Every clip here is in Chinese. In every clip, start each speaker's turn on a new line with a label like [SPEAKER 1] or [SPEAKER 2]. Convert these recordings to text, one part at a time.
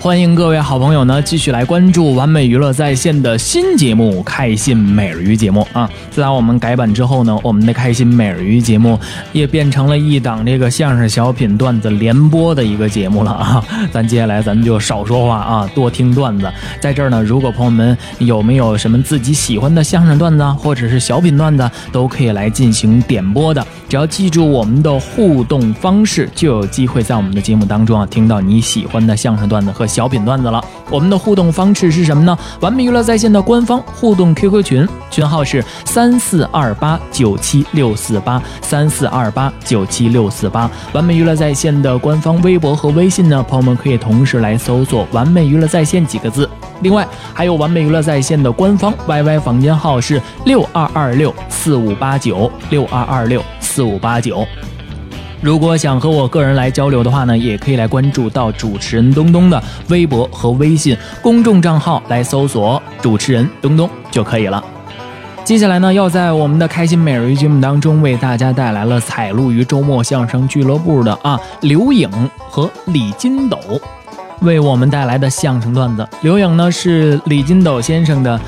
[SPEAKER 1] 欢迎各位好朋友呢继续来关注完美娱乐在线的新节目《开心每日鱼》节目啊。自打我们改版之后呢，我们的《开心每日鱼》节目也变成了一档这个相声小品段子联播的一个节目了啊。 咱接下来咱们就少说话啊，多听段子。在这儿呢，如果朋友们有没有什么自己喜欢的相声段子啊或者是小品段子，都可以来进行点播的。只要记住我们的互动方式，就有机会在我们的节目当中啊听到你喜欢的相声段子和小品段子了。我们的互动方式是什么呢？完美娱乐在线的官方互动 QQ 群，群号是三四二八九七六四八三四二八九七六四八。完美娱乐在线的官方微博和微信呢，朋友们可以同时来搜索“完美娱乐在线”几个字。另外，还有完美娱乐在线的官方 YY 房间号是六二二六四五八九六二二六四五八九。如果想和我个人来交流的话呢，也可以来关注到主持人东东的微博和微信公众账号，来搜索“主持人东东”就可以了。接下来呢，要在我们的开心每日鱼节目当中为大家带来了采录于周末相声俱乐部的啊刘颖和李金斗为我们带来的相声段子。刘颖呢是李金斗先生的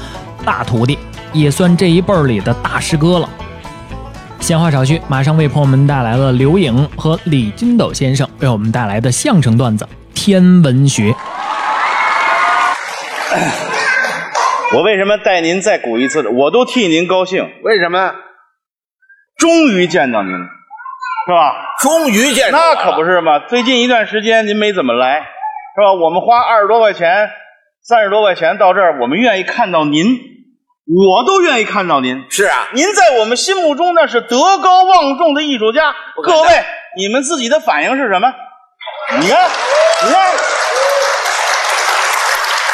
[SPEAKER 1] 大徒弟，也算这一辈儿里的大师哥了。闲话少叙，马上为朋友们带来了刘颖和李金斗先生哎为我们带来的相声段子《天文学》。
[SPEAKER 2] 我为什么带您再鼓一次？我都替您高兴，
[SPEAKER 3] 为什么？
[SPEAKER 2] 终于见到您了，是吧？
[SPEAKER 3] 终于见着
[SPEAKER 2] 那可不是嘛！最近一段时间您没怎么来，是吧？我们花二十多块钱、三十多块钱到这儿，我们愿意看到您，我都愿意看到您。
[SPEAKER 3] 是啊，
[SPEAKER 2] 您在我们心目中那是德高望重的艺术家。
[SPEAKER 3] 敢
[SPEAKER 2] 各
[SPEAKER 3] 当
[SPEAKER 2] 位，你们自己的反应是什么？你看，你看，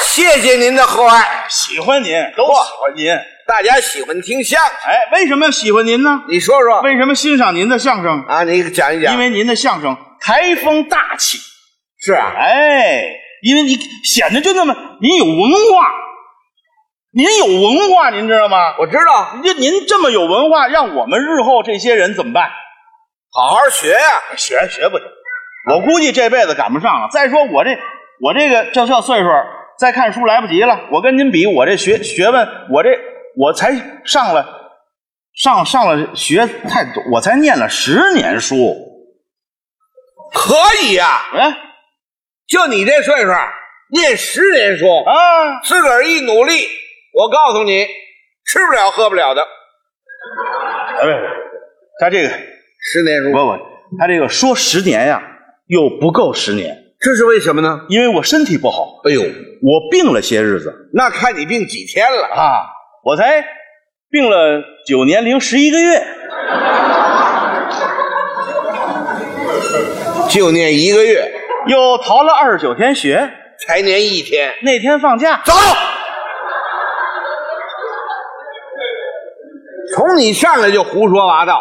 [SPEAKER 3] 谢谢您的厚爱，
[SPEAKER 2] 喜欢您，都喜欢您。
[SPEAKER 3] 大家喜欢听相声，
[SPEAKER 2] 哎，为什么喜欢您呢？
[SPEAKER 3] 你说说
[SPEAKER 2] 为什么欣赏您的相声？
[SPEAKER 3] 啊，你讲一讲，
[SPEAKER 2] 因为您的相声台风大气，
[SPEAKER 3] 是啊，
[SPEAKER 2] 哎，因为你显得就那么，您有文化，您有文化，您知道吗？
[SPEAKER 3] 我知道，
[SPEAKER 2] 您您这么有文化，让我们日后这些人怎么办？
[SPEAKER 3] 好好学呀、
[SPEAKER 2] 学学不行，我估计这辈子赶不上了。再说我这我这个这这岁数，再看书来不及了。我跟您比，我这学学问，我这我才上了上上了学太多，我才念了十年书。
[SPEAKER 3] 可以呀、
[SPEAKER 2] 哎
[SPEAKER 3] 就你这岁数，念十年书，
[SPEAKER 2] 啊，
[SPEAKER 3] 自个儿一努力，我告诉你，吃不了喝不了的。
[SPEAKER 2] 哎，不是他这个
[SPEAKER 3] 十年
[SPEAKER 2] 不
[SPEAKER 3] 书，
[SPEAKER 2] 不，他这个说十年呀、又不够十年，
[SPEAKER 3] 这是为什么呢？
[SPEAKER 2] 因为我身体不好，
[SPEAKER 3] 哎呦，
[SPEAKER 2] 我病了些日子
[SPEAKER 3] 那看你病几天了？
[SPEAKER 2] 啊，我才病了九年零十一个月，
[SPEAKER 3] 就念一个月，
[SPEAKER 2] 又逃了二十九天学。
[SPEAKER 3] 才念一天。
[SPEAKER 2] 那天放假，
[SPEAKER 3] 走。从你上来就胡说八道，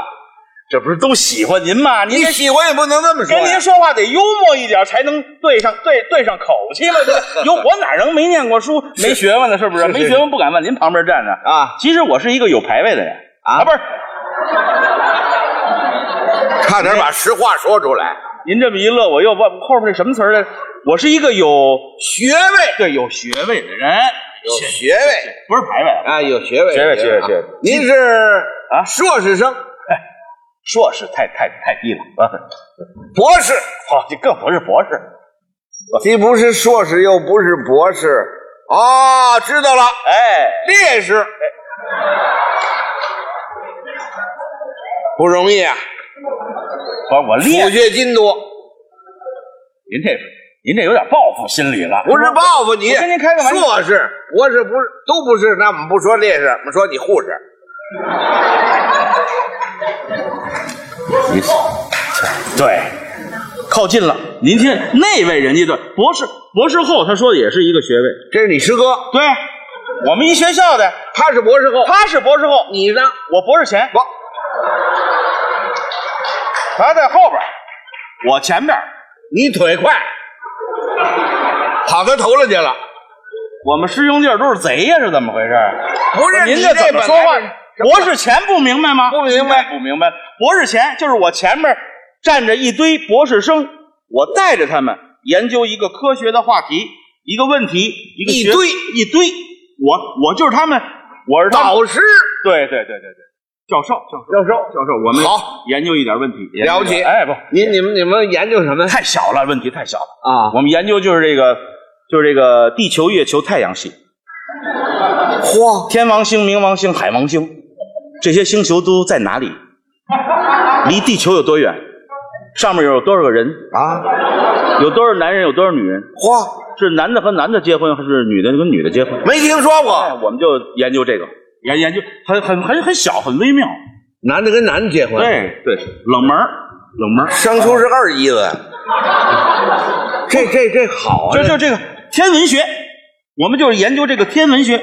[SPEAKER 2] 这不是都喜欢您吗？您
[SPEAKER 3] 你
[SPEAKER 2] 得
[SPEAKER 3] 喜欢也不能这么说呀。
[SPEAKER 2] 跟您说话得幽默一点，才能对上对对上口气嘛。对 吧有我哪能没念过书、没学问呢？是不是？
[SPEAKER 3] 是是
[SPEAKER 2] 没学问不敢往您旁边站呢。
[SPEAKER 3] 啊
[SPEAKER 2] 其实我是一个有牌位的人
[SPEAKER 3] 啊
[SPEAKER 2] 不是，
[SPEAKER 3] 差点把实话说出来。
[SPEAKER 2] 您这么一乐，我又忘后边那什么词儿来着？我是一个有
[SPEAKER 3] 学位
[SPEAKER 2] 对有学位的人，
[SPEAKER 3] 有学位
[SPEAKER 2] 不是牌位，
[SPEAKER 3] 啊，有学位，
[SPEAKER 2] 学位
[SPEAKER 3] 有
[SPEAKER 2] 学位学位
[SPEAKER 3] 啊您是
[SPEAKER 2] 啊
[SPEAKER 3] 硕士生、
[SPEAKER 2] 硕士太太太低了啊！
[SPEAKER 3] 博士，
[SPEAKER 2] 哦，这更不是博士，
[SPEAKER 3] 既不是硕士又不是博士哦，知道了，
[SPEAKER 2] 哎，
[SPEAKER 3] 烈士，不容易啊，
[SPEAKER 2] 管我
[SPEAKER 3] 抚
[SPEAKER 2] 练。
[SPEAKER 3] 恤金多，
[SPEAKER 2] 您这您这有点报复心理了。
[SPEAKER 3] 不是报复你。
[SPEAKER 2] 我跟您开个玩笑
[SPEAKER 3] 硕士、博士不是都不是，那我们不说烈士，我们说你护士。
[SPEAKER 2] 对，靠近了。您听那位人家对博士博士后，他说的也是一个学位。
[SPEAKER 3] 这是你师哥，
[SPEAKER 2] 对，啊我们一学校的，
[SPEAKER 3] 他是博士后，
[SPEAKER 2] 他是博士后，
[SPEAKER 3] 你呢？
[SPEAKER 2] 我博士前，
[SPEAKER 3] 不，
[SPEAKER 2] 他在后边，我前边。
[SPEAKER 3] 你腿快，跑他头上去了。
[SPEAKER 2] 我们师兄弟儿都是贼呀，是怎么回事？
[SPEAKER 3] 不是
[SPEAKER 2] 您
[SPEAKER 3] 你
[SPEAKER 2] 这怎
[SPEAKER 3] 本
[SPEAKER 2] 么
[SPEAKER 3] 来
[SPEAKER 2] 说话
[SPEAKER 3] 是？
[SPEAKER 2] 博士前不明白吗？
[SPEAKER 3] 不明白
[SPEAKER 2] 不明白。博士前就是我前面站着一堆博士生，我带着他们研究一个科学的话题，一个问题，一个
[SPEAKER 3] 一
[SPEAKER 2] 学
[SPEAKER 3] 堆
[SPEAKER 2] 一堆。我我就是他们，我是他们
[SPEAKER 3] 导师，
[SPEAKER 2] 对对对对对，教授教授
[SPEAKER 3] 教授，教授，
[SPEAKER 2] 我们
[SPEAKER 3] 好，
[SPEAKER 2] 研究一点问题，研究
[SPEAKER 3] 了不
[SPEAKER 2] 一
[SPEAKER 3] 起。
[SPEAKER 2] 点哎不，
[SPEAKER 3] 你你们你们研究什么
[SPEAKER 2] 太小了，问题太小了。
[SPEAKER 3] 啊？
[SPEAKER 2] 我们研究就是这个，就是这个地球、月球、太阳系。
[SPEAKER 3] 嚯，
[SPEAKER 2] 天王星、冥王星、海王星，这些星球都在哪里？离地球有多远？上面有多少个人
[SPEAKER 3] 啊，
[SPEAKER 2] 有多少男人？有多少女人？
[SPEAKER 3] 嚯，
[SPEAKER 2] 是男的和男的结婚，还是女的跟女的结婚？
[SPEAKER 3] 没听说
[SPEAKER 2] 哎
[SPEAKER 3] 过，
[SPEAKER 2] 我们就研究这个，研研究很很很很小，很微妙。
[SPEAKER 3] 男的跟男的结婚，，
[SPEAKER 2] 对对，冷门儿冷门儿
[SPEAKER 3] 生出是 二姨子，这这这好啊！
[SPEAKER 2] 就就这个天文学，我们就是研究这个天文学。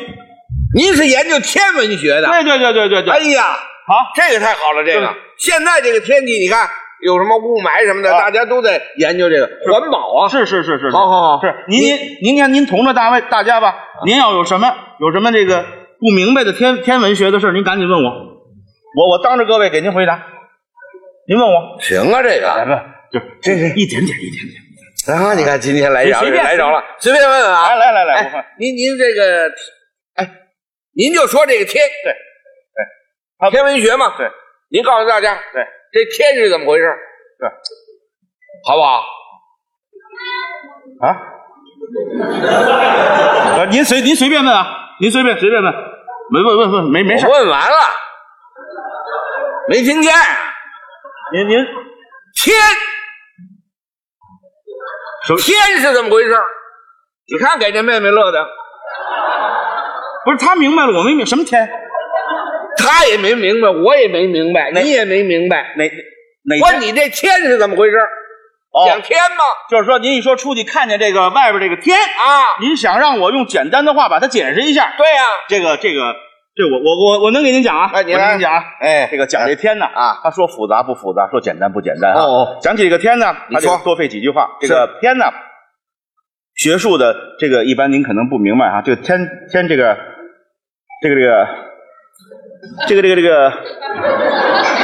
[SPEAKER 3] 您是研究天文学的，
[SPEAKER 2] 对对对对对对，
[SPEAKER 3] 哎呀，
[SPEAKER 2] 好，
[SPEAKER 3] 这个太好了，这个
[SPEAKER 2] 对
[SPEAKER 3] 现在这个天气，你看有什么雾霾什么的，
[SPEAKER 2] 啊
[SPEAKER 3] 大家都在研究这个环保啊。
[SPEAKER 2] 是是是是，
[SPEAKER 3] 好好好
[SPEAKER 2] 是您您您看您同着大卫大家吧，您要有什么有什么这个不明白的天天文学的事儿您赶紧问我，我我当着各位给您回答，您问我，
[SPEAKER 3] 行啊，这
[SPEAKER 2] 来
[SPEAKER 3] 个
[SPEAKER 2] 吧，就
[SPEAKER 3] 这是
[SPEAKER 2] 一点点一点点，
[SPEAKER 3] 啊，你看今天来着
[SPEAKER 2] 随便
[SPEAKER 3] 来着了，随便问问啊。
[SPEAKER 2] 来来来来，我看
[SPEAKER 3] 哎，您您这个，哎，您就说这个天，
[SPEAKER 2] 对他
[SPEAKER 3] 天文学嘛，
[SPEAKER 2] 对，
[SPEAKER 3] 您告诉大家，
[SPEAKER 2] 对，
[SPEAKER 3] 这天是怎么回事，
[SPEAKER 2] 对，
[SPEAKER 3] 好不好？
[SPEAKER 2] 啊， 呃您随您随便问啊，您随便随便问，问问问问没没事
[SPEAKER 3] 我，问完了，没听见？
[SPEAKER 2] 您您
[SPEAKER 3] 天
[SPEAKER 2] 什么
[SPEAKER 3] 天是怎么回事？你看给这妹妹乐的，
[SPEAKER 2] 不是他明白了，我没明什么天
[SPEAKER 3] 她也没明白，我也没明白，你也没明白。
[SPEAKER 2] 哪哪
[SPEAKER 3] 问
[SPEAKER 2] 天
[SPEAKER 3] 你这天是怎么回事？讲
[SPEAKER 2] 哦，
[SPEAKER 3] 天吗？
[SPEAKER 2] 就是说您一说出去看见这个外边这个天
[SPEAKER 3] 啊，
[SPEAKER 2] 您想让我用简单的话把它解释一下？
[SPEAKER 3] 对呀，
[SPEAKER 2] 这个这个，这我我我我能给您讲啊，
[SPEAKER 3] 哎你
[SPEAKER 2] 我能
[SPEAKER 3] 来
[SPEAKER 2] 给您讲啊。
[SPEAKER 3] 哎
[SPEAKER 2] 这个讲这天呢
[SPEAKER 3] 啊
[SPEAKER 2] 他说复杂不复杂，说简单不简单啊。
[SPEAKER 3] 哦哦
[SPEAKER 2] 讲起这个天呢，
[SPEAKER 3] 你
[SPEAKER 2] 他就
[SPEAKER 3] 说
[SPEAKER 2] 多费几句话。这个天呢，学术的这个一般您可能不明白啊。这个天天这个这个这个这个这个这个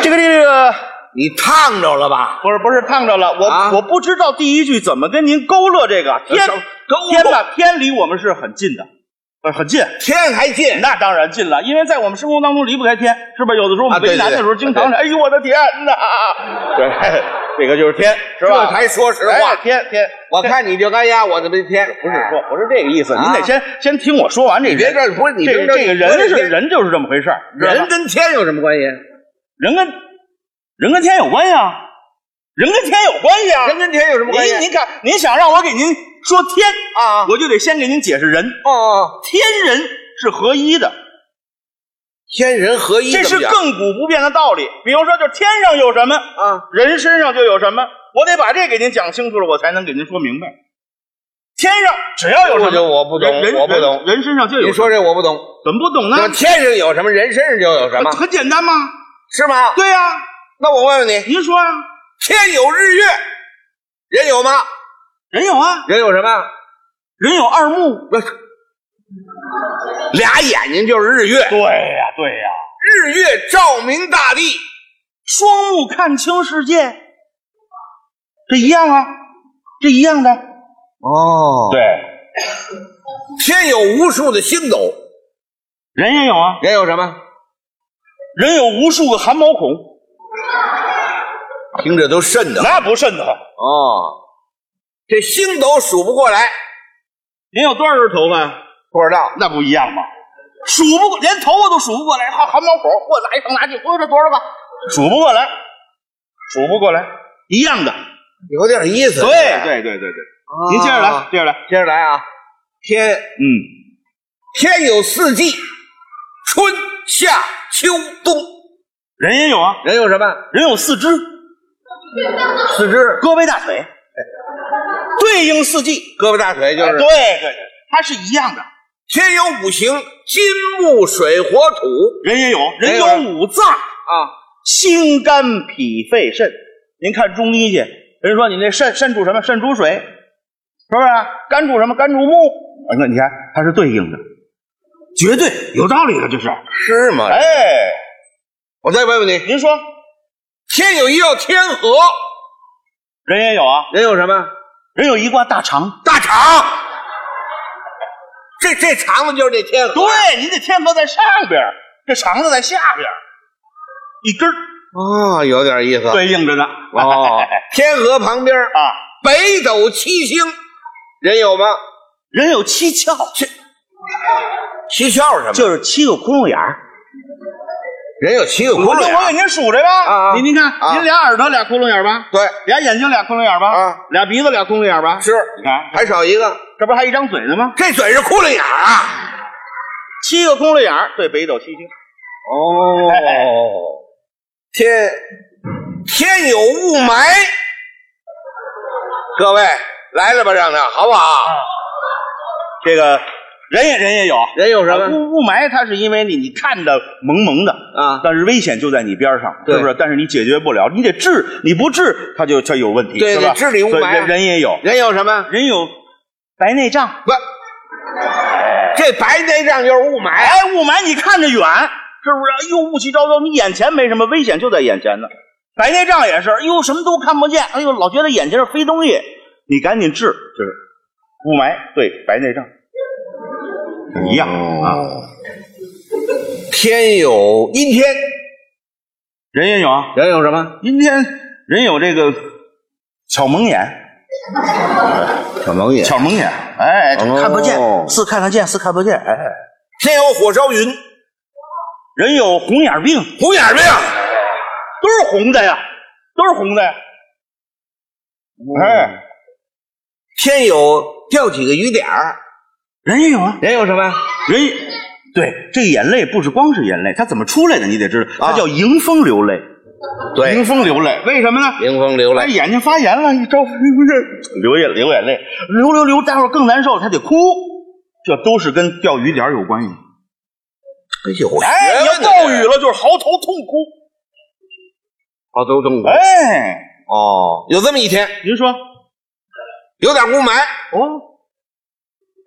[SPEAKER 2] 这个这个。
[SPEAKER 3] 你烫着了吧？
[SPEAKER 2] 不是不是烫着了，我、
[SPEAKER 3] 啊
[SPEAKER 2] 我不知道第一句怎么跟您勾勒这个天
[SPEAKER 3] 什么勾勒
[SPEAKER 2] 天吧，天离我们是很近的，呃，很近，
[SPEAKER 3] 天还近，
[SPEAKER 2] 那当然近了，因为在我们生活当中离不开天，是吧？有的时候我
[SPEAKER 3] 啊
[SPEAKER 2] 们
[SPEAKER 3] 对
[SPEAKER 2] 为难的时候，
[SPEAKER 3] 对对
[SPEAKER 2] 经常是，哎呦我的天呐！ 对，这个就是天，是吧？
[SPEAKER 3] 这才说实话
[SPEAKER 2] 哎天天，
[SPEAKER 3] 我看你就该压我的没天，
[SPEAKER 2] 不是说不是这个意思，您
[SPEAKER 3] 啊
[SPEAKER 2] 得先先听我说完这
[SPEAKER 3] 你
[SPEAKER 2] 个。
[SPEAKER 3] 别这不是你
[SPEAKER 2] 这
[SPEAKER 3] 别
[SPEAKER 2] 个这个人是
[SPEAKER 3] 人
[SPEAKER 2] 人就是这么回事儿知道吧啊
[SPEAKER 3] 人跟天有什么关系？
[SPEAKER 2] 人跟人跟天有关系啊，人跟天有关系啊，
[SPEAKER 3] 人跟天有什么关系？
[SPEAKER 2] 您您看，您想让我给您说天
[SPEAKER 3] 哎啊
[SPEAKER 2] 我就得先给您解释人，
[SPEAKER 3] 哦哦，
[SPEAKER 2] 天人是合一的，
[SPEAKER 3] 天人合一
[SPEAKER 2] 这
[SPEAKER 3] 怎
[SPEAKER 2] 是
[SPEAKER 3] 么讲
[SPEAKER 2] 亘古不变的道理。比如说，就天上有什么，
[SPEAKER 3] 啊，
[SPEAKER 2] 人身上就有什么，我得把这给您讲清楚了，我才能给您说明白。天上只要有什
[SPEAKER 3] 我就
[SPEAKER 2] 么，
[SPEAKER 3] 我不
[SPEAKER 2] 人
[SPEAKER 3] 懂，
[SPEAKER 2] 人
[SPEAKER 3] 我不懂
[SPEAKER 2] 人。嗯人身上就有
[SPEAKER 3] 你
[SPEAKER 2] 什么，
[SPEAKER 3] 说这我不懂，
[SPEAKER 2] 怎么不懂呢
[SPEAKER 3] 那？天上有什么，人身上就有什么，
[SPEAKER 2] 很简单吗？
[SPEAKER 3] 是吗？
[SPEAKER 2] 啊对呀、
[SPEAKER 3] 那我问问你，
[SPEAKER 2] 您说呀、啊
[SPEAKER 3] 天有日月，人有吗？
[SPEAKER 2] 人有啊，
[SPEAKER 3] 人有什么？
[SPEAKER 2] 人有二目。
[SPEAKER 3] 俩眼睛就是日月，
[SPEAKER 2] 对呀、对呀、
[SPEAKER 3] 日月照明大地，
[SPEAKER 2] 双目看清世界，这一样啊，这一样的。
[SPEAKER 3] 哦，
[SPEAKER 2] 对，
[SPEAKER 3] 天有无数的星斗，
[SPEAKER 2] 人也有啊，
[SPEAKER 3] 人有什么？
[SPEAKER 2] 人有无数个汗毛孔，
[SPEAKER 3] 听着都瘆得慌
[SPEAKER 2] 那不瘆得慌。
[SPEAKER 3] 哦，这星斗数不过来，
[SPEAKER 2] 您有多少根头发？
[SPEAKER 3] 不知道，
[SPEAKER 2] 那不一样吗？数不过，连头发都数不过来，汗汗毛孔，我拿一上拿进，我有这多少个？数不过来，数不过来，一样的。
[SPEAKER 3] 有点意思。
[SPEAKER 2] 对对对对对，您接着来
[SPEAKER 3] 啊，
[SPEAKER 2] 接着来，
[SPEAKER 3] 接着来啊，天
[SPEAKER 2] 嗯，
[SPEAKER 3] 天有四季，春夏秋冬，
[SPEAKER 2] 人也有啊，
[SPEAKER 3] 人有什么？
[SPEAKER 2] 人有四肢，
[SPEAKER 3] 四肢、
[SPEAKER 2] 胳膊大腿，对应四季，
[SPEAKER 3] 胳膊、大腿就
[SPEAKER 2] 哎对
[SPEAKER 3] 是。
[SPEAKER 2] 对对，它是一样的。
[SPEAKER 3] 天有五行，金木水火土
[SPEAKER 2] 人也有，人
[SPEAKER 3] 人
[SPEAKER 2] 有五脏，
[SPEAKER 3] 啊。
[SPEAKER 2] 心肝脾肺肾。您看中医去，人说你那肾肾主什么？肾主水，是不是、啊？肝主什么？肝主木。哎，那你看它是对应的，绝对有道理的，这是。
[SPEAKER 3] 是吗？
[SPEAKER 2] 哎，
[SPEAKER 3] 我再问问你，
[SPEAKER 2] 您说
[SPEAKER 3] 天有一要天河，
[SPEAKER 2] 人也有啊？
[SPEAKER 3] 人有什么？
[SPEAKER 2] 人有一卦大肠。
[SPEAKER 3] 大肠。这这肠子就是这天河。
[SPEAKER 2] 对，您这天河在上边儿，这肠子在下边儿，一根儿
[SPEAKER 3] 啊，有点意思。
[SPEAKER 2] 对应着呢。
[SPEAKER 3] 哦，天河旁 边
[SPEAKER 2] 啊，
[SPEAKER 3] 北斗七星，人有吗？
[SPEAKER 2] 人有七窍，
[SPEAKER 3] 七窍是什么？
[SPEAKER 2] 就是七个窟窿眼儿。
[SPEAKER 3] 人有七个窟
[SPEAKER 2] 我
[SPEAKER 3] 窿
[SPEAKER 2] 就我给
[SPEAKER 3] 眼。
[SPEAKER 2] 您数着吧。
[SPEAKER 3] 啊啊
[SPEAKER 2] 您您看，
[SPEAKER 3] 啊
[SPEAKER 2] 您俩耳朵俩窟窿眼儿吧？
[SPEAKER 3] 对，
[SPEAKER 2] 俩眼睛俩窟窿眼儿吧？
[SPEAKER 3] 啊，
[SPEAKER 2] 俩鼻子俩窟窿眼儿吧？
[SPEAKER 3] 是，
[SPEAKER 2] 你看，
[SPEAKER 3] 还少一个，
[SPEAKER 2] 这不还一张嘴呢吗？
[SPEAKER 3] 这嘴是窟窿眼儿啊。
[SPEAKER 2] 七个窟窿眼儿，对，北斗七星。
[SPEAKER 3] 哦
[SPEAKER 2] 哎哎
[SPEAKER 3] 天天有雾霾，各位来了吧，让他好不
[SPEAKER 2] 啊
[SPEAKER 3] 好？
[SPEAKER 2] 这个人也人也有，
[SPEAKER 3] 人有什
[SPEAKER 2] 啊
[SPEAKER 3] 么？
[SPEAKER 2] 雾雾霾，它是因为你你看着蒙蒙的
[SPEAKER 3] 啊
[SPEAKER 2] 但是危险就在你边上，
[SPEAKER 3] 对
[SPEAKER 2] 是不是？但是你解决不了，你得治，你不治它就它有问题，
[SPEAKER 3] 对
[SPEAKER 2] 是吧？
[SPEAKER 3] 得治理雾霾
[SPEAKER 2] 所以人人也有，
[SPEAKER 3] 人有什么？
[SPEAKER 2] 人有白内障。
[SPEAKER 3] 不，这白内障就是雾霾。啊
[SPEAKER 2] 哎，雾霾你看着远，是不是？又雾气昭昭，你眼前没什么危险，就在眼前呢。白内障也是，哎呦，什么都看不见，哎呦，老觉得眼前是飞东西，你赶紧治，就是雾霾对白内障一样啊。
[SPEAKER 3] 哦天有阴天，
[SPEAKER 2] 人也有啊，
[SPEAKER 3] 人有什么？
[SPEAKER 2] 阴天人有这个巧蒙眼，
[SPEAKER 3] 小蒙眼
[SPEAKER 2] 巧蒙眼，哎，
[SPEAKER 3] 哦
[SPEAKER 2] 看不见，似看得见，似看不见，哎，
[SPEAKER 3] 天有火烧云，
[SPEAKER 2] 人有红眼病，
[SPEAKER 3] 红眼病。
[SPEAKER 2] 都是红的呀，都是红的呀，哎，
[SPEAKER 3] 天有掉几个雨点儿，
[SPEAKER 2] 人也有啊，
[SPEAKER 3] 人有什么？
[SPEAKER 2] 人对这眼泪不是光是眼泪，它怎么出来的你得知道，
[SPEAKER 3] 啊
[SPEAKER 2] 它叫迎风流泪。
[SPEAKER 3] 对
[SPEAKER 2] 迎风流泪，为什么呢？
[SPEAKER 3] 迎风流
[SPEAKER 2] 哎，眼睛发炎了，一招这流眼流眼泪，流流流，待会儿更难受，他得哭，这都是跟钓鱼点儿有关系。
[SPEAKER 3] 有学
[SPEAKER 2] 哎，
[SPEAKER 3] 问
[SPEAKER 2] 要
[SPEAKER 3] 的
[SPEAKER 2] 暴
[SPEAKER 3] 这
[SPEAKER 2] 雨
[SPEAKER 3] 人
[SPEAKER 2] 了就是嚎啕痛哭。
[SPEAKER 3] 哦，都中国。
[SPEAKER 2] 哎，
[SPEAKER 3] 哦，有这么一天，
[SPEAKER 2] 您说
[SPEAKER 3] 有点雾霾，
[SPEAKER 2] 哦，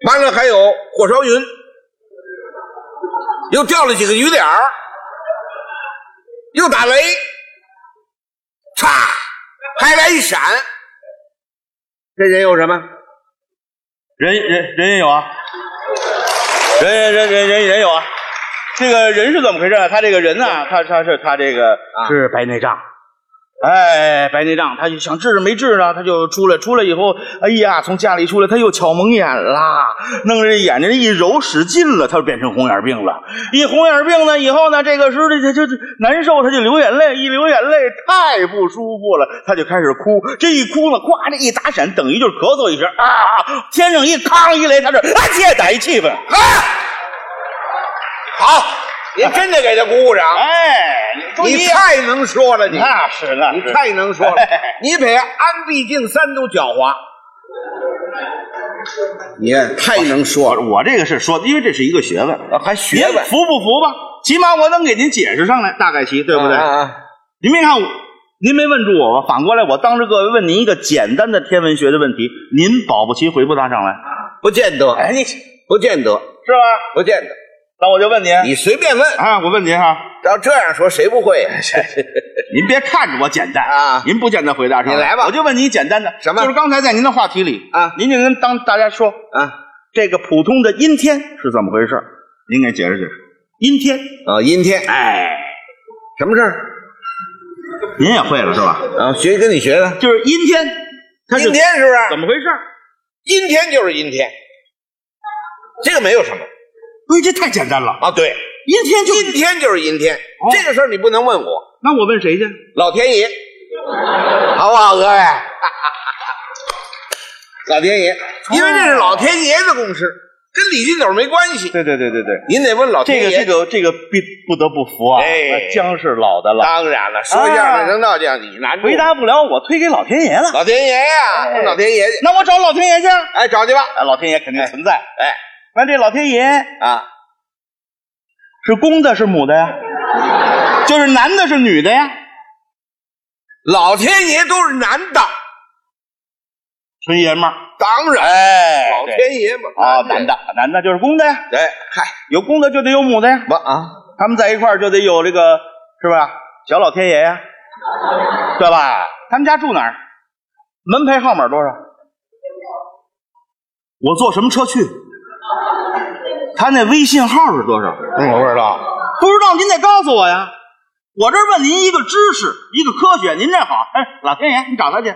[SPEAKER 3] 完了还有火烧云，又掉了几个雨点儿，又打雷，嚓，还来一闪，这人有什么？
[SPEAKER 2] 人人人也有啊，人人人人人人有啊。这个人是怎么回事啊？他这个人呢、他他是他这个、
[SPEAKER 3] 啊
[SPEAKER 2] 是白内障。哎，白内障，他就想治没治呢，他就出来，出来以后，哎呀，从家里出来，他又巧蒙眼啦，弄着眼睛一揉使劲了，他就变成红眼病了。一红眼病呢，以后呢，这个时候他就就难受，他就流眼泪，一流眼泪太不舒服了，他就开始哭。这一哭呢，呱，这一打闪，等于就是咳嗽一声啊，天上一康一雷，他这啊，借打一气氛。啊
[SPEAKER 3] 好，您真得给他鼓鼓掌，
[SPEAKER 2] 哎，注
[SPEAKER 3] 你
[SPEAKER 2] 意啊
[SPEAKER 3] 太能说了，你
[SPEAKER 2] 那是那
[SPEAKER 3] 你
[SPEAKER 2] 是
[SPEAKER 3] 太能说了
[SPEAKER 2] 哎，
[SPEAKER 3] 你比安必进三都狡猾，你也太能说
[SPEAKER 2] 我我这个是说，因为这是一个学问，
[SPEAKER 3] 还学问啊
[SPEAKER 2] 您服不服吧？起码我能给您解释上来，大概其对不对？
[SPEAKER 3] 啊啊啊
[SPEAKER 2] 您没看我，您没问住我吧？反过来，我当着各位问您一个简单的天文学的问题，您保不齐回不答上来，
[SPEAKER 3] 不见得，哎，你不见得，
[SPEAKER 2] 是吧？
[SPEAKER 3] 不见得，
[SPEAKER 2] 那我就问您，
[SPEAKER 3] 你呃随便问，
[SPEAKER 2] 啊，我问您哈，
[SPEAKER 3] 照这样说谁不会啊呀？
[SPEAKER 2] 您别看着我简单
[SPEAKER 3] 啊
[SPEAKER 2] 您不见得回答上
[SPEAKER 3] 你来吧
[SPEAKER 2] 我就问您简单的
[SPEAKER 3] 什么
[SPEAKER 2] 就是刚才在您的话题里
[SPEAKER 3] 啊
[SPEAKER 2] 您就跟当大家说
[SPEAKER 3] 啊
[SPEAKER 2] 这个普通的阴天是怎么回事？您给解释解释，阴天，
[SPEAKER 3] 啊，阴天，
[SPEAKER 2] 哎。
[SPEAKER 3] 什么事儿？
[SPEAKER 2] 您也会了是吧？
[SPEAKER 3] 啊，学跟你学的，
[SPEAKER 2] 就是阴天，它是
[SPEAKER 3] 阴天是不是？
[SPEAKER 2] 怎么回事？
[SPEAKER 3] 阴天就是阴天，这个没有什么
[SPEAKER 2] 所以这太简单了。
[SPEAKER 3] 啊。对，
[SPEAKER 2] 阴天就哦
[SPEAKER 3] 阴天就是阴天，这个事儿你不能问我，
[SPEAKER 2] 那我问谁去？
[SPEAKER 3] 老天爷，好不好，各位？老天爷，
[SPEAKER 2] 哦
[SPEAKER 3] 因为这是老天爷的公式，跟李金斗没关系。
[SPEAKER 2] 对对对对对，
[SPEAKER 3] 您得问老
[SPEAKER 2] 这
[SPEAKER 3] 天
[SPEAKER 2] 个这
[SPEAKER 3] 爷。
[SPEAKER 2] 个这个必不得不服啊！
[SPEAKER 3] 哎
[SPEAKER 2] 姜是老的了，
[SPEAKER 3] 当然了，说相声能到这样，你拿住
[SPEAKER 2] 啊回答不哎了我推给老天爷了。
[SPEAKER 3] 老天爷呀，问老天爷去。
[SPEAKER 2] 那我找老天爷去，哎，
[SPEAKER 3] 啊哎，找去吧。
[SPEAKER 2] 老天爷肯定存在。
[SPEAKER 3] 哎
[SPEAKER 2] 那这老天爷
[SPEAKER 3] 啊，
[SPEAKER 2] 是公的，是母的呀？就是男的，是女的呀？
[SPEAKER 3] 老天爷都是男的，
[SPEAKER 2] 纯爷们儿，
[SPEAKER 3] 当然，
[SPEAKER 2] 哎
[SPEAKER 3] 老
[SPEAKER 2] 对
[SPEAKER 3] 天爷嘛，
[SPEAKER 2] 啊，男的，男的就是公的呀，
[SPEAKER 3] 哎，嗨，
[SPEAKER 2] 有公的就得有母的呀，
[SPEAKER 3] 不啊，
[SPEAKER 2] 他们在一块儿就得有这个是吧？小老天爷呀，对吧？他们家住哪儿？门牌号码多少？我坐什么车去？他那微信号是多少？
[SPEAKER 3] 我不知道，
[SPEAKER 2] 不知道您得告诉我呀。我这儿问您一个知识，一个科学，您这好，哎，老天爷，你找他去。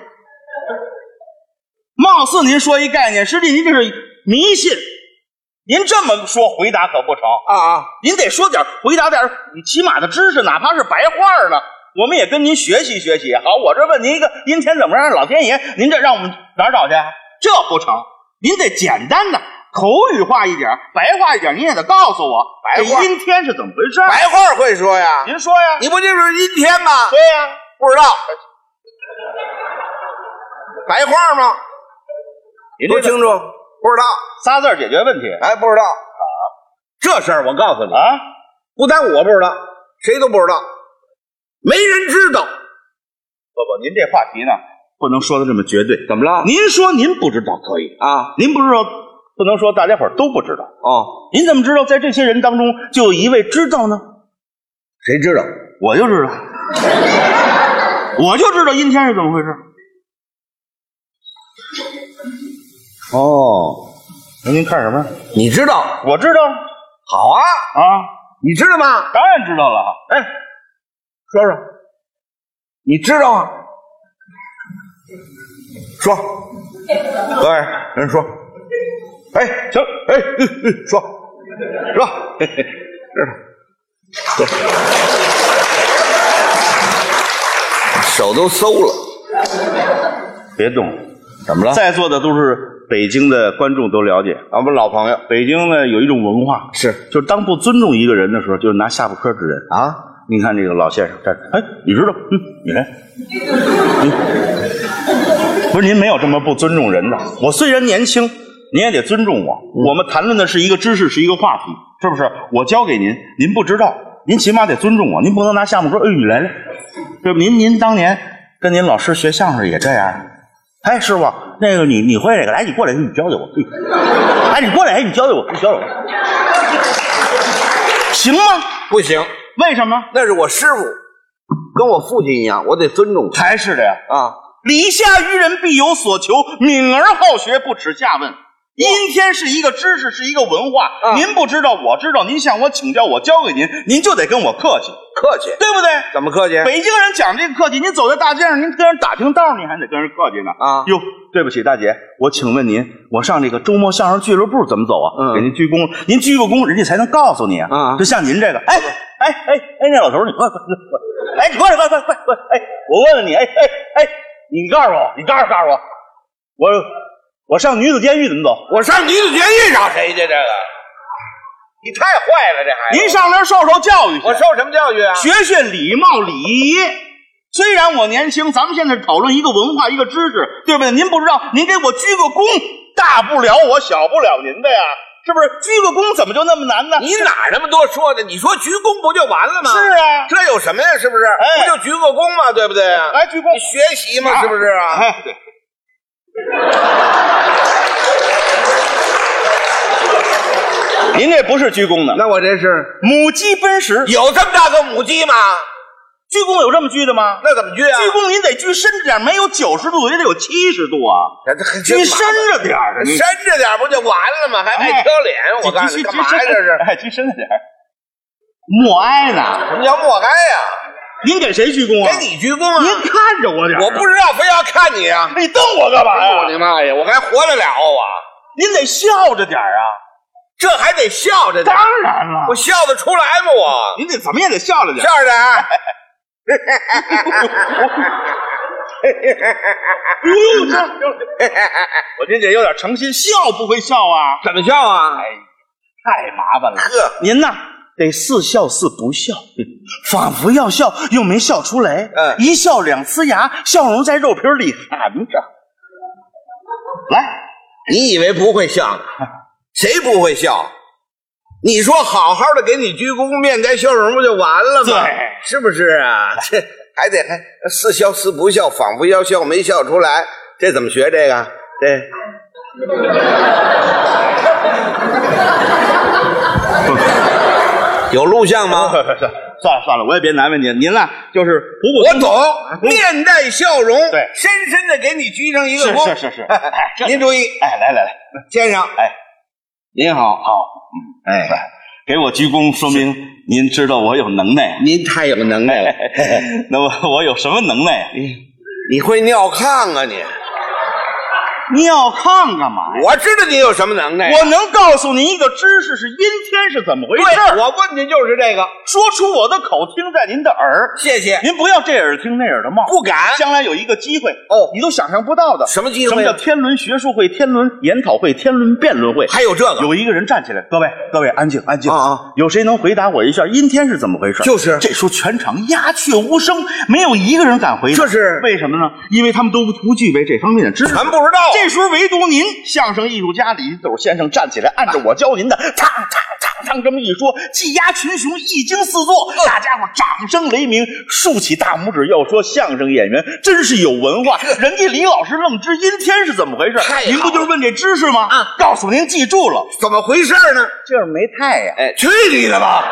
[SPEAKER 2] 貌似您说一概念，实际您这是迷信。您这么说回答可不成
[SPEAKER 3] 啊啊，
[SPEAKER 2] 您得说点回答点你起码的知识，哪怕是白话呢，我们也跟您学习学习。好，我这问您一个阴天怎么样？老天爷，您这让我们哪儿找去？啊这不成，您得简单的口语化一点，白话一点，您也得告诉我
[SPEAKER 3] 白话
[SPEAKER 2] 这阴天是怎么回事。
[SPEAKER 3] 白话会说呀，
[SPEAKER 2] 您说呀？
[SPEAKER 3] 你不就是阴天吗？
[SPEAKER 2] 对呀、
[SPEAKER 3] 不知道，白话吗？
[SPEAKER 2] 您
[SPEAKER 3] 不
[SPEAKER 2] 这
[SPEAKER 3] 清
[SPEAKER 2] 个
[SPEAKER 3] 楚，不知道，
[SPEAKER 2] 仨字儿解决问题
[SPEAKER 3] 哎，不知道，这事儿我告诉你，
[SPEAKER 2] 啊？
[SPEAKER 3] 不但我不知道，谁都不知道，没人知道，
[SPEAKER 2] 不不，您这话题呢不能说的这么绝对。
[SPEAKER 3] 怎么了？
[SPEAKER 2] 您说您不知道可以，
[SPEAKER 3] 啊，
[SPEAKER 2] 您不知道不能说大家伙儿都不知道。
[SPEAKER 3] 哦，
[SPEAKER 2] 您怎么知道在这些人当中就有一位知道呢？
[SPEAKER 3] 谁知道？
[SPEAKER 2] 我就知道， 我就知道阴天是怎么回事。
[SPEAKER 3] 哦，
[SPEAKER 2] 您看什么？
[SPEAKER 3] 你知道？
[SPEAKER 2] 我知道
[SPEAKER 3] 好啊，
[SPEAKER 2] 啊，
[SPEAKER 3] 你知道吗？
[SPEAKER 2] 当然知道了。哎，
[SPEAKER 3] 说说，你知道吗？说，各位人说，哎，行，哎，嗯嗯说，说，嘿嘿知道，说，手都馊了，
[SPEAKER 2] 别动，
[SPEAKER 3] 怎么了
[SPEAKER 2] 在座的都是北京的观众都了解，
[SPEAKER 3] 咱们老朋友
[SPEAKER 2] 北京呢有一种文化，
[SPEAKER 3] 是
[SPEAKER 2] 就是当不尊重一个人的时候，就是拿下巴颏指人。
[SPEAKER 3] 啊，
[SPEAKER 2] 你看这个老先生站着，哎，你知道？嗯，你来。嗯、不是您没有这么不尊重人的。我虽然年轻，您也得尊重我。我们谈论的是一个知识，是一个话题，是不是？我教给您，您不知道，您起码得尊重我。您不能拿下巴说，哎，你来来。这您您当年跟您老师学相声也这样。哎，师傅，那个你你会这个，来，你过来，你教教我。哎，你过来，哎，你教教我，你教教我，行吗？
[SPEAKER 3] 不行，
[SPEAKER 2] 为什么？
[SPEAKER 3] 那是我师傅，跟我父亲一样，我得尊重他
[SPEAKER 2] 还是的呀。
[SPEAKER 3] 啊。
[SPEAKER 2] 礼下于人，必有所求；敏而好学，不耻下问。阴天是一个知识，是一个文化。
[SPEAKER 3] 啊
[SPEAKER 2] 您不知道，我知道。您向我请教，我教给您，您就得跟我客气，
[SPEAKER 3] 客气，
[SPEAKER 2] 对不对？
[SPEAKER 3] 怎么客气？
[SPEAKER 2] 北京人讲这个客气，您走在大街上，您跟人打听道，您还得跟人客气呢。
[SPEAKER 3] 啊
[SPEAKER 2] 哟，对不起，大姐，我请问您，我上这个周末相声俱乐部怎么走啊？
[SPEAKER 3] 嗯
[SPEAKER 2] 给您鞠躬，您鞠个躬，人家才能告诉你
[SPEAKER 3] 啊
[SPEAKER 2] 就像您这个，哎哎哎哎，那老头儿，你快快快快，哎，你过来，快快快快，哎，我问问你，哎哎哎，你告诉我，你告诉告诉我，我我上女子监狱怎么走？
[SPEAKER 3] 我上女子监狱找谁去？这个，你太坏了，这孩子。
[SPEAKER 2] 您上那儿受受教育去。
[SPEAKER 3] 我受什么教育啊？
[SPEAKER 2] 学学礼貌礼仪。虽然我年轻，咱们现在讨论一个文化，一个知识，对不对？您不知道，您给我鞠个躬，大不了我，小不了您的呀，是不是？鞠个躬怎么就那么难呢？
[SPEAKER 3] 你哪那么多说的？你说鞠躬不就完了吗？
[SPEAKER 2] 是啊
[SPEAKER 3] 这有什么呀？是不是？
[SPEAKER 2] 哎
[SPEAKER 3] 不就鞠个躬吗？对不对啊？
[SPEAKER 2] 来鞠躬
[SPEAKER 3] 你，学习嘛，是不是啊？
[SPEAKER 2] 哎，对您这不是鞠躬呢，
[SPEAKER 3] 那我这是
[SPEAKER 2] 母鸡奔食，
[SPEAKER 3] 有这么大个母鸡吗？
[SPEAKER 2] 鞠躬有这么鞠的吗？
[SPEAKER 3] 那怎么鞠啊？
[SPEAKER 2] 鞠躬您得鞠深着点，没有九十度也得有七十度啊，
[SPEAKER 3] 这，这
[SPEAKER 2] 鞠深着点儿啊，你
[SPEAKER 3] 伸着点儿不就完了吗？还爱
[SPEAKER 2] 哎
[SPEAKER 3] 挑脸，我告诉你，
[SPEAKER 2] 鞠
[SPEAKER 3] 干
[SPEAKER 2] 鞠
[SPEAKER 3] 嘛呀？
[SPEAKER 2] 鞠
[SPEAKER 3] 这是
[SPEAKER 2] 哎，鞠深了点儿默哀呢？
[SPEAKER 3] 什么叫莫该呀？
[SPEAKER 2] 您给谁鞠躬啊？
[SPEAKER 3] 给你鞠躬啊？
[SPEAKER 2] 您看着我点儿啊
[SPEAKER 3] 我不知道，非要看你啊！哎
[SPEAKER 2] 你瞪我干嘛
[SPEAKER 3] 我
[SPEAKER 2] 呀？
[SPEAKER 3] 的妈呀，我还活得了啊？
[SPEAKER 2] 您得笑着点儿啊！
[SPEAKER 3] 这还得笑着点
[SPEAKER 2] 当
[SPEAKER 3] 儿，
[SPEAKER 2] 然了
[SPEAKER 3] 我，笑得出来吗？我
[SPEAKER 2] 您得怎么也得笑着点
[SPEAKER 3] 笑。着点儿，
[SPEAKER 2] 哎呦，这我您这有点诚心笑不会笑啊，
[SPEAKER 3] 怎么笑啊？
[SPEAKER 2] 太麻烦了。
[SPEAKER 3] 呵，
[SPEAKER 2] 您呐，得似笑似不笑，仿佛要笑又没笑出来，
[SPEAKER 3] 嗯哎
[SPEAKER 2] 一笑两呲牙，笑容在肉皮里含着。来，
[SPEAKER 3] 你以为不会笑 呢？谁不会笑？你说好好的给你鞠躬面带笑容不就完了吗？
[SPEAKER 2] 对
[SPEAKER 3] 是不是 啊？这还得还似笑似不笑，仿佛要笑没笑出来，这怎么学这个？这有录像 吗？
[SPEAKER 2] 算了算了，我也别难为您，您呐就是普普
[SPEAKER 3] 我
[SPEAKER 2] 通通
[SPEAKER 3] 懂，面带笑容，
[SPEAKER 2] 对
[SPEAKER 3] 深深的给你鞠上一个
[SPEAKER 2] 是
[SPEAKER 3] 躬。
[SPEAKER 2] 是是是，哎，这
[SPEAKER 3] 您注意，
[SPEAKER 2] 哎，来来来，
[SPEAKER 3] 先生，
[SPEAKER 2] 哎，您好，好，嗯
[SPEAKER 3] 哎，
[SPEAKER 2] 给我鞠躬，说明您知道我有能耐。
[SPEAKER 3] 您太有能耐了。
[SPEAKER 2] 那我我有什么能耐？
[SPEAKER 3] 你会尿炕啊你？
[SPEAKER 2] 尿炕干嘛呀？
[SPEAKER 3] 我知道你有什么能耐。
[SPEAKER 2] 我能告诉您一个知识是阴天是怎么回事儿
[SPEAKER 3] 对，我问你就是这个。
[SPEAKER 2] 说出我的口，听在您的耳。
[SPEAKER 3] 谢谢。
[SPEAKER 2] 您不要这耳听那耳的冒，
[SPEAKER 3] 不敢
[SPEAKER 2] 将来有一个机会
[SPEAKER 3] 哦
[SPEAKER 2] 你都想象不到的。
[SPEAKER 3] 什么机
[SPEAKER 2] 什
[SPEAKER 3] 会啊
[SPEAKER 2] 么叫天伦学术会、天伦研讨会、天伦辩论会？
[SPEAKER 3] 还有这个
[SPEAKER 2] 有一个人站起来，各位各位安静安静
[SPEAKER 3] 啊啊！
[SPEAKER 2] 有谁能回答我一下阴天是怎么回事？
[SPEAKER 3] 就是
[SPEAKER 2] 这时候全场鸦雀无声，没有一个人敢回答。
[SPEAKER 3] 这是
[SPEAKER 2] 为什么呢？因为他们都不具备这方面的知识，
[SPEAKER 3] 全不知道
[SPEAKER 2] 这时候唯独您，相声艺术家李斗先生站起来，按照我教您的，唱唱唱唱，这么一说，技压群雄，一惊四座，大家伙掌声雷鸣，竖起大拇指。要说相声演员真是有文化，人家李老师愣知阴天是怎么回事
[SPEAKER 3] 太好，了
[SPEAKER 2] 您不就是问这知识吗？
[SPEAKER 3] 啊，
[SPEAKER 2] 告诉您，记住了，
[SPEAKER 3] 怎么回事呢？
[SPEAKER 2] 就是没太阳。
[SPEAKER 3] 哎，去你的吧！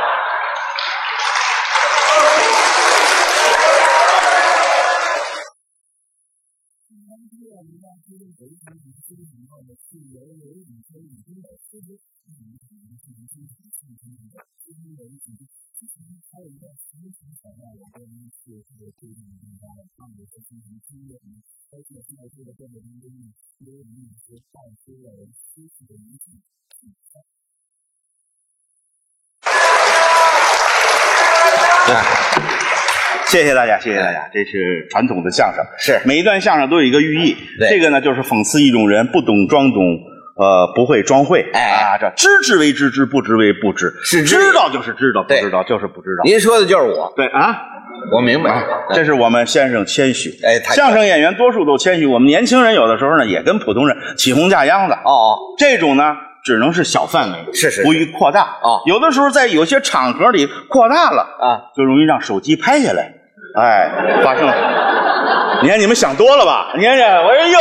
[SPEAKER 2] 谢谢大家，谢谢大家，这是传统的相声，
[SPEAKER 3] 哎是
[SPEAKER 2] 每一段相声都有一个寓意。
[SPEAKER 3] 对
[SPEAKER 2] 这个呢，就是讽刺一种人不懂装懂，呃，不会装会。
[SPEAKER 3] 哎
[SPEAKER 2] 啊，这知之为知之，不知为不知，
[SPEAKER 3] 是知
[SPEAKER 2] 知道就是知道，不
[SPEAKER 3] 对
[SPEAKER 2] 知道就是不知道。
[SPEAKER 3] 您说的就是我，哎
[SPEAKER 2] 对啊，
[SPEAKER 3] 我明白。
[SPEAKER 2] 这是我们先生谦虚。
[SPEAKER 3] 哎太
[SPEAKER 2] 相声演员多数都谦虚，我们年轻人有的时候呢，也跟普通人起哄架秧子。
[SPEAKER 3] 哦哦，
[SPEAKER 2] 这种呢，只能是小范围，
[SPEAKER 3] 是是
[SPEAKER 2] 不予扩大。
[SPEAKER 3] 哦
[SPEAKER 2] 有的时候在有些场合里扩大了
[SPEAKER 3] 啊，
[SPEAKER 2] 就容易让手机拍下来，哎，发生了。 你看你们想多了吧？你看这，我说哟，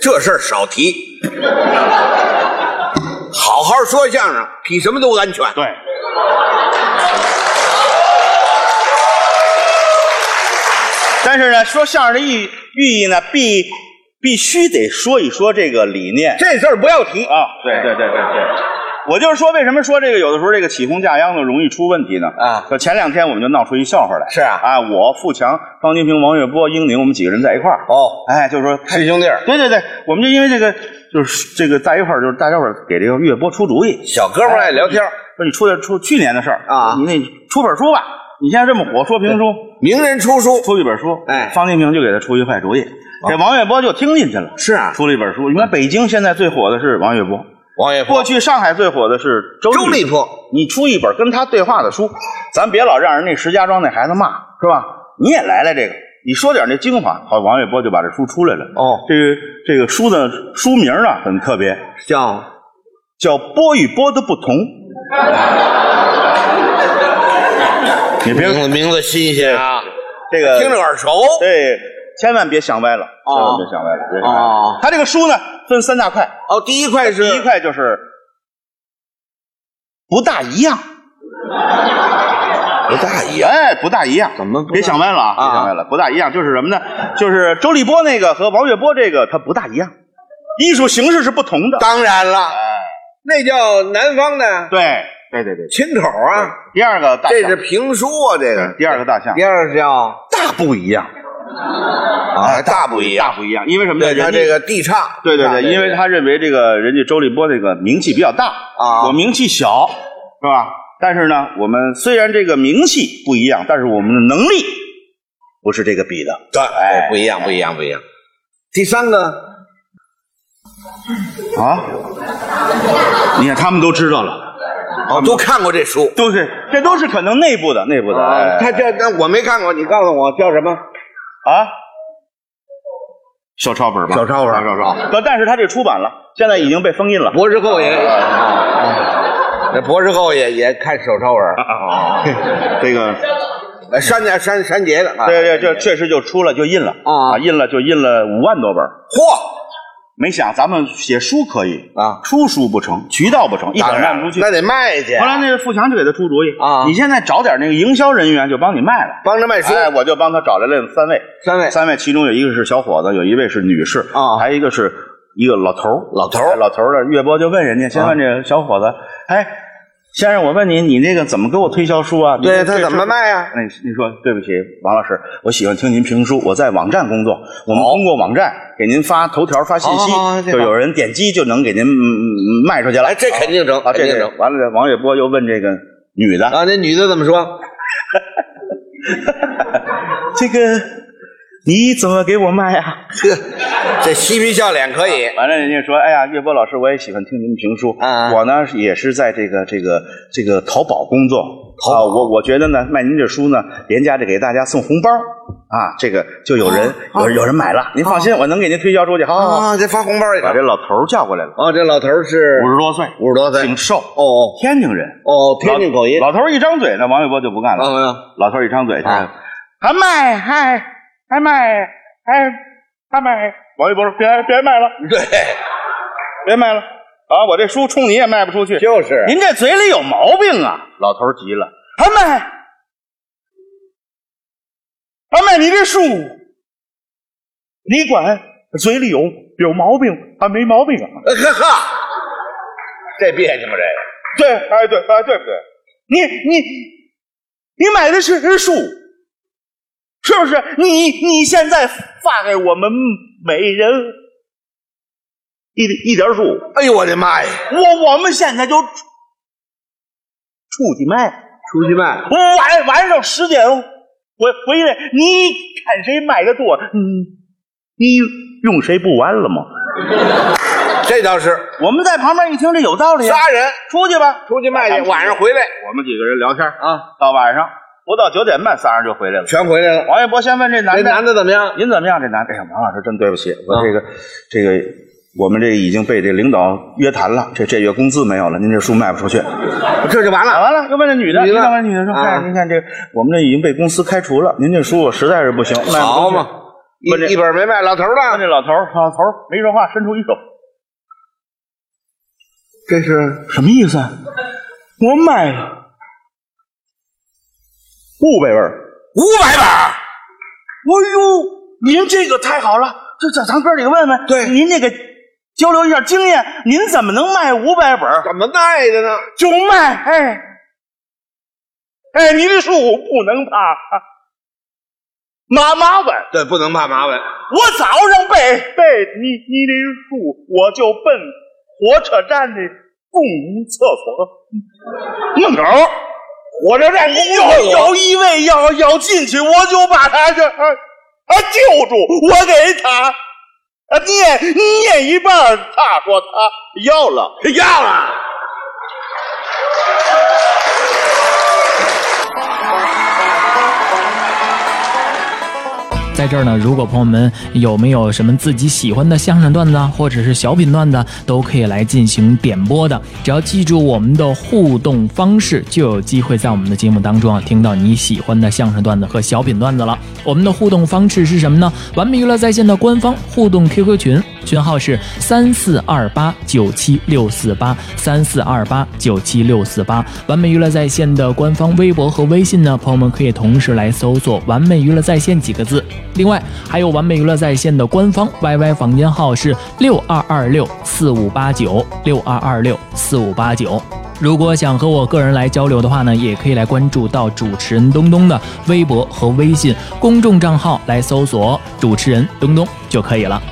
[SPEAKER 3] 这事儿少提。好好说相声，比什么都安全。
[SPEAKER 2] 对，但是呢，说相声的寓寓意呢，必必须得说一说这个理念。
[SPEAKER 3] 这事儿不要提。
[SPEAKER 2] 啊，对对对对对。我就是说，为什么说这个有的时候这个起哄架秧子容易出问题呢？
[SPEAKER 3] 啊
[SPEAKER 2] 就前两天我们就闹出一笑话来。
[SPEAKER 3] 是啊
[SPEAKER 2] 啊，我付强、方金平、王月波、英宁，我们几个人在一块儿。
[SPEAKER 3] 哦，
[SPEAKER 2] 哎，就是说，
[SPEAKER 3] 亲兄弟儿，
[SPEAKER 2] 对对对，我们就因为这个，就是这个在一块儿，就是大家伙儿给这个月波出主意，
[SPEAKER 3] 小哥们儿爱聊天儿，
[SPEAKER 2] 说你出点出去年的事儿
[SPEAKER 3] 啊
[SPEAKER 2] 你那出本书吧，你现在这么火，说评书，
[SPEAKER 3] 名人出书。
[SPEAKER 2] 出一本书。
[SPEAKER 3] 哎哦
[SPEAKER 2] 方金平就给他出一坏主意，这王月波就听进去了，
[SPEAKER 3] 是啊
[SPEAKER 2] 出了一本书。你看北京现在最火的是王月波，
[SPEAKER 3] 王岳
[SPEAKER 2] 过去上海最火的是周
[SPEAKER 3] 周立
[SPEAKER 2] 立
[SPEAKER 3] 波，
[SPEAKER 2] 你出一本跟他对话的书，咱别老让人那石家庄那孩子骂，是吧？你也来来这个，你说点那精华。好，王月波就把这书出来了。
[SPEAKER 3] 哦
[SPEAKER 2] 这个这个书的书名啊很特别，
[SPEAKER 3] 叫
[SPEAKER 2] 叫《波与波的不 同》。你别
[SPEAKER 3] 名字名字新鲜啊，
[SPEAKER 2] 这个
[SPEAKER 3] 嗯听着耳熟。
[SPEAKER 2] 呃对，千万别想歪了，千万别想歪了，别想歪了
[SPEAKER 3] 哦。
[SPEAKER 2] 他这个书呢分三大块，
[SPEAKER 3] 哦，第一块是
[SPEAKER 2] 第一块就是不大一 样。
[SPEAKER 3] 不大一样，
[SPEAKER 2] 哎，不大一样，
[SPEAKER 3] 怎么不大
[SPEAKER 2] 别想歪了啊！
[SPEAKER 3] 啊
[SPEAKER 2] 别想歪了，不大一样就是什么呢？就是周立波那个和王月波这个，它不大一样，艺术形式是不同的。
[SPEAKER 3] 当然了，那叫南方的
[SPEAKER 2] 对，哎对对对。
[SPEAKER 3] 亲口啊，
[SPEAKER 2] 第二个大
[SPEAKER 3] 这
[SPEAKER 2] 象
[SPEAKER 3] 是评书啊，这个
[SPEAKER 2] 第二个大象
[SPEAKER 3] 第二个叫
[SPEAKER 2] 大不一样，啊
[SPEAKER 3] 啊，大不一
[SPEAKER 2] 大
[SPEAKER 3] 样。
[SPEAKER 2] 不一样，因为什么呢？
[SPEAKER 3] 对
[SPEAKER 2] 人
[SPEAKER 3] 他
[SPEAKER 2] 家
[SPEAKER 3] 这个地唱，
[SPEAKER 2] 对对
[SPEAKER 3] 啊
[SPEAKER 2] 对，因为他认为这个人家周立波这个名气比较大
[SPEAKER 3] 啊
[SPEAKER 2] 我名气小，是吧？但是呢，我们虽然这个名气不一样，但是我们的能力不是这个比的。
[SPEAKER 3] 对，哎，不一样，不一样，不一样。第三个，
[SPEAKER 2] 啊！你看，他们都知道了，
[SPEAKER 3] 哦，都看过这书。啊
[SPEAKER 2] 都是这都是可能内部的内部的。哎
[SPEAKER 3] 他这那我没看过，你告诉我叫什么？
[SPEAKER 2] 啊，小抄本吧，
[SPEAKER 3] 小抄本
[SPEAKER 2] 小抄本。但但是他这出版了，现在已经被封印了。
[SPEAKER 3] 博士后也，
[SPEAKER 2] 哎
[SPEAKER 3] 那博士后也也看手抄文儿，
[SPEAKER 2] 这个，
[SPEAKER 3] 呃删的删删节的啊。
[SPEAKER 2] 对对，这确实就出了，就印了
[SPEAKER 3] 啊
[SPEAKER 2] 印了就印了五万多本儿。
[SPEAKER 3] 嚯，
[SPEAKER 2] 没想咱们写书可以
[SPEAKER 3] 啊
[SPEAKER 2] 出书不成，渠道不成，一本卖不出去。
[SPEAKER 3] 那得卖去。
[SPEAKER 2] 后来那个富强就给他出主意
[SPEAKER 3] 啊
[SPEAKER 2] 你现在找点那个营销人员就帮你卖了。
[SPEAKER 3] 帮着卖书，
[SPEAKER 2] 哎，我就帮他找来了三位，
[SPEAKER 3] 三位
[SPEAKER 2] 三位，其中有一个是小伙子，有一位是女士，
[SPEAKER 3] 啊
[SPEAKER 2] 还有一个是一个老头儿
[SPEAKER 3] 老头儿
[SPEAKER 2] 哎老头儿的岳波就问人家，先问这个小伙子，哎，先生，我问你，你那个怎么给我推销书啊？你这
[SPEAKER 3] 对他怎么？卖呀？
[SPEAKER 2] 那你说对不起，王老师，我喜欢听您评书，我在网站工作，我们通过网站给您发头条、发信息
[SPEAKER 3] 好好好，这
[SPEAKER 2] 就
[SPEAKER 3] 好
[SPEAKER 2] 有人点击就能给您嗯嗯卖出去了。
[SPEAKER 3] 哎，这肯定成，
[SPEAKER 2] 啊，
[SPEAKER 3] 肯
[SPEAKER 2] 这
[SPEAKER 3] 定
[SPEAKER 2] 个
[SPEAKER 3] 成。
[SPEAKER 2] 完了，王岳波又问这个女的，
[SPEAKER 3] 啊，那女的怎么说？
[SPEAKER 2] 这个你怎么给我卖啊？
[SPEAKER 3] 呵，这嬉皮笑脸可以。
[SPEAKER 2] 完了，人家说：“哎呀，岳波老师，我也喜欢听您评书。
[SPEAKER 3] 啊
[SPEAKER 2] 我呢也是在这个这个这个淘宝工作。
[SPEAKER 3] 淘
[SPEAKER 2] 啊，我我觉得呢，卖您这书呢，廉价的给大家送红包啊，这个就有人、有有人买了。您放心，我能给您推销出去。好好好，
[SPEAKER 3] 啊啊，这发红包也
[SPEAKER 2] 把
[SPEAKER 3] 成
[SPEAKER 2] 这。老头儿叫过来了，
[SPEAKER 3] 哦，这老头儿是
[SPEAKER 2] 五十多岁，
[SPEAKER 3] 五十多岁，
[SPEAKER 2] 挺瘦，
[SPEAKER 3] 哦哦
[SPEAKER 2] 天津人，
[SPEAKER 3] 哦，天津口音。
[SPEAKER 2] 老头儿一张嘴，那王岳波就不干了。
[SPEAKER 3] 啊，
[SPEAKER 2] 老头儿一张嘴，
[SPEAKER 3] 啊
[SPEAKER 2] 还卖还还卖还还卖。王一博说：“别别卖 了，
[SPEAKER 3] 对，
[SPEAKER 2] 别卖了啊！我这书冲你也卖不出去。”
[SPEAKER 3] 就是
[SPEAKER 2] 您这嘴里有毛病啊！老头儿急了，还卖，还卖你这树，你管嘴里有有毛病还没毛病啊？
[SPEAKER 3] 哎呵呵，这别扭这个。
[SPEAKER 2] 对，哎对，哎对不对？你你你买的是树，是不是？你你现在发给我们每人一一点树，
[SPEAKER 3] 哎呦我的妈呀！
[SPEAKER 2] 我我们现在就出出去卖。嗯
[SPEAKER 3] 出去卖，
[SPEAKER 2] 晚晚上十点回回来，你看谁卖的多，你你用谁不完了吗？
[SPEAKER 3] 这倒是
[SPEAKER 2] 我们在旁边一听，这有道理、啊，
[SPEAKER 3] 仨人
[SPEAKER 2] 出去吧，
[SPEAKER 3] 出去卖去，晚上回来
[SPEAKER 2] 我们几个人聊天
[SPEAKER 3] 啊，
[SPEAKER 2] 到晚上不到九点半，仨人就回来了。
[SPEAKER 3] 全回来了。
[SPEAKER 2] 王一博先问这男
[SPEAKER 3] 这
[SPEAKER 2] 的，
[SPEAKER 3] 男的怎么样？
[SPEAKER 2] 您怎么样？这男的，哎呀，王老师真对不起，我
[SPEAKER 3] 啊
[SPEAKER 2] 这个、这个。我们这已经被这领导约谈了，这这月工资没有了，您这书卖不出去。
[SPEAKER 3] 这就完
[SPEAKER 2] 打
[SPEAKER 3] 了。
[SPEAKER 2] 完了，又问那女的，
[SPEAKER 3] 啊女
[SPEAKER 2] 又
[SPEAKER 3] 的
[SPEAKER 2] 问那女的说：“
[SPEAKER 3] 啊
[SPEAKER 2] 哎，您看这，我们这已经被公司开除了，您这书我实在是不行，卖不出去
[SPEAKER 3] 好嘛，一
[SPEAKER 2] 不是
[SPEAKER 3] 一本没卖，老头
[SPEAKER 2] 看
[SPEAKER 3] 儿
[SPEAKER 2] 这
[SPEAKER 3] 呢？
[SPEAKER 2] 老头儿，老头儿没说话，伸出一手，
[SPEAKER 3] 这是
[SPEAKER 2] 什么意思？啊？我卖了五百本儿。
[SPEAKER 3] 五百本儿，
[SPEAKER 2] 哎呦，您这个太好了，这这咱哥几个问问，
[SPEAKER 3] 对
[SPEAKER 2] 您这个交流一下经验，您怎么能卖五百本儿？
[SPEAKER 3] 怎么卖的呢？
[SPEAKER 2] 就卖，哎，哎，您这树我不能怕，啊麻麻烦。
[SPEAKER 3] 对，不能怕麻烦。
[SPEAKER 2] 我早上背背你你这树，我就奔火车站的公共厕所门口儿。火车站公共厕所有有一位要要进去，我就把他这啊啊救住，我给他啊念念一半儿，他说他要了要了。
[SPEAKER 1] 在这儿呢，如果朋友们有没有什么自己喜欢的相声段子啊，或者是小品段子啊，都可以来进行点播的。只要记住我们的互动方式，就有机会在我们的节目当中啊，听到你喜欢的相声段子和小品段子了。我们的互动方式是什么呢？完美娱乐在线的官方互动 QQ 群，群号是三四二八九七六四八三四二八九七六四八。完美娱乐在线的官方微博和微信呢，朋友们可以同时来搜索“完美娱乐在线”几个字。另外，还有完美娱乐在线的官方 YY 房间号是六二二六四五八九六二二六四五八九。如果想和我个人来交流的话呢，也可以来关注到主持人东东的微博和微信公众账号，来搜索“主持人东东”就可以了。